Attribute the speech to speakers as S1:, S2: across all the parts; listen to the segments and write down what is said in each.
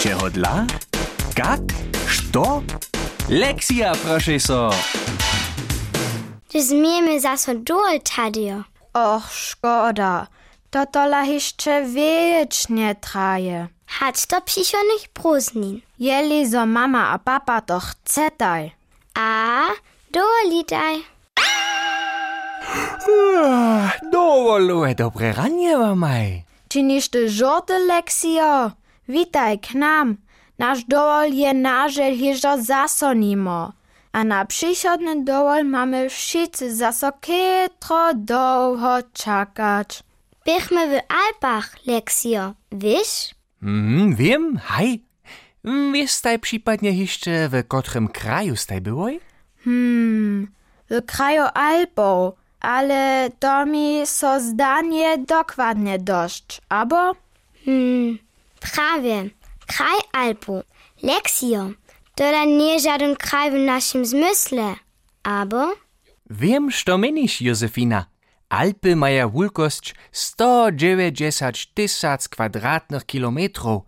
S1: Če hodla? Kak? Što? Leksija, prošeso!
S2: Czy zmiemy zaso dół, also Tadio?
S3: Och, szkoda. To tola jeszcze wiecznie traje.
S2: Hać to przysionych próżnin.
S3: Jeli zo mama a papa to chcetaj.
S2: A dół litaj.
S1: Dovoluje, dobre ranje vam aj.
S3: Czynisz ty żorty, Leksio? Witaj k nam. Nasz dołol je nażel jeżdżo zasonimo. A na przysiodny dołol mamy wszyscy zaso kietro długo czekać.
S2: Bychmy w Alpach, Leksio. Wiesz?
S1: Mm, vem, haj. Mm, Vestaj pripadne hišče, v kotrem kraju staj bivoj?
S3: W kraju Alpo, ale to mi so zdanie dokładnie dość, abo?
S2: Hmm, prawie. Kraj Alpu. Leksio, to nie żaden kraj w naszym zmysle. Abo?
S1: Vem, što meniš, Josefina. Alpy maja vulkost 190 tisac kvadratnih kilometrov.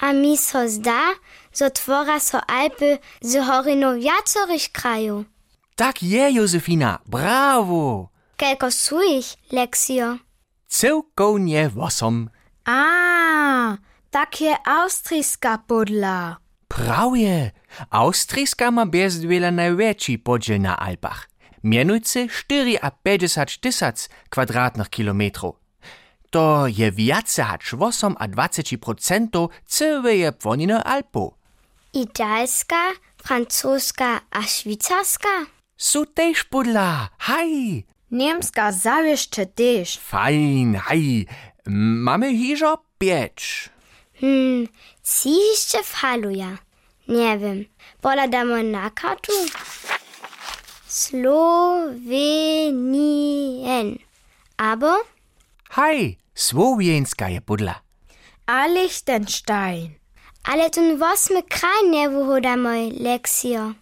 S2: A mi so zda, zo twora so Alpy z horino wiacorych kraju.
S1: Tak je, Josefina, bravo!
S2: Kelko su ich, Leksio?
S1: Celkovne vosom.
S3: A, Ah, takie austrijska pudla.
S1: Prav je, Avstrijska ima brez dvela največji podžel na Alpah. Mjenujce 54 tisac kvadratnih kilometrov. To je viac hač 28 procentov celveje plonine Alpov.
S2: Italska, francuska a szwicarska?
S1: So tež podla, haj!
S3: Niemska zawieszcze też.
S1: Fajn, haj! Mamy hižo pieč.
S2: Hmm, si jeszcze faluja. Nie wiem. Poladamy na kartu? Slowenien. Abo?
S1: Haj, slovenska je podla.
S3: A Liechtenstein.
S2: Ale ten wasmy kraj nie wyhoda moj, Leksio.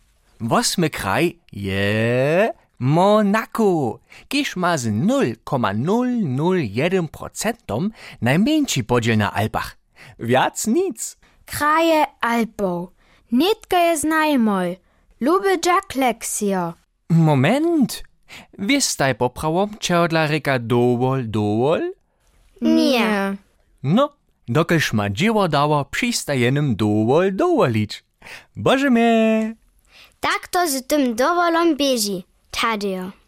S1: Восьмый край je Monaco. Kiš ma z 0,001% najmanjši podjel na Alpah. Viac nic.
S3: Kraje Alpo. Nitko je znajmoj. Lube Jack Lexio.
S1: Moment. Vistaj popravom, če odla reka dovol, dovol?
S3: Nie.
S1: No, dokaj šma dživo davo pristajenem dovol, dovolič. Bože me!
S2: Tak to z tym dowolą bieży, Tadeo.